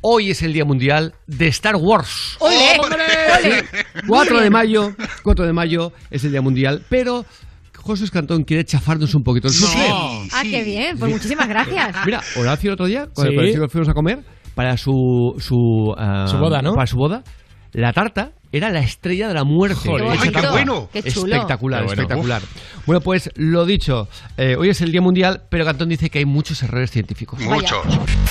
Hoy es el Día Mundial de Star Wars. ¡Ole! Sí, 4 de mayo, 4 de mayo es el Día Mundial, pero José Cantón quiere chafarnos un poquito el sufle. Sí, Ah, sí. qué bien, pues muchísimas gracias. Mira, Horacio el otro día, cuando Sí. con el chico que fuimos a comer, para su, su, ah, Su boda, ¿no? Para su boda, la tarta era la estrella de la muerte. Joder. Esa Ay, qué tarta. bueno. Qué chulo. Espectacular, Qué bueno. espectacular. Bueno, pues lo dicho, eh, hoy es el Día Mundial, pero Cantón dice que hay muchos errores científicos. Muchos.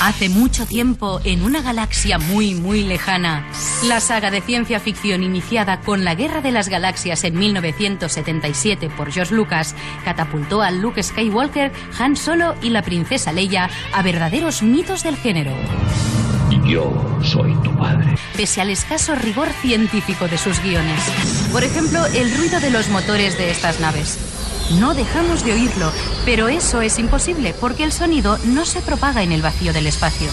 Hace mucho tiempo, en una galaxia muy muy lejana, la saga de ciencia ficción iniciada con la Guerra de las Galaxias en 1977 por George Lucas catapultó a Luke Skywalker, Han Solo y la princesa Leia a verdaderos mitos del género. Yo soy tu padre. pese al escaso rigor científico de sus guiones. Por ejemplo, el ruido de los motores de estas naves. No dejamos de oírlo, pero eso es imposible porque el sonido no se propaga en el vacío del espacio.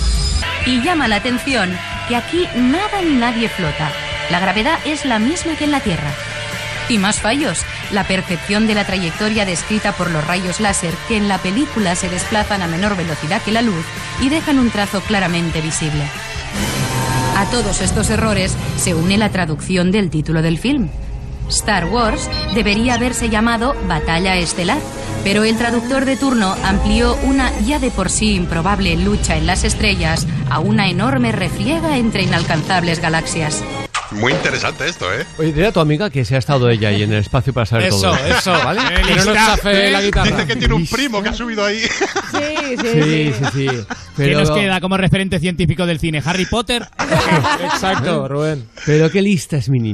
Y llama la atención que aquí nada ni nadie flota. La gravedad es la misma que en la Tierra. Y más fallos. La perfección de la trayectoria descrita por los rayos láser que en la película se desplazan a menor velocidad que la luz y dejan un trazo claramente visible. A todos estos errores se une la traducción del título del film. Star Wars debería haberse llamado Batalla Estelar, pero el traductor de turno amplió una ya de por sí improbable lucha en las estrellas a una enorme refriega entre inalcanzables galaxias. Muy interesante esto, ¿eh? Oye, dile a tu amiga que se ha estado ella ahí en el espacio para saber Eso, todo. eso, ¿vale? ¿vale? Que no nos chafe la guitarra. Dice que tiene un primo que ha subido ahí. Sí, sí, Sí, sí. sí, sí. ¿Qué Pero, nos queda como referente científico del cine? ¿Harry Potter? Exacto, Rubén. pero qué lista es mi niña.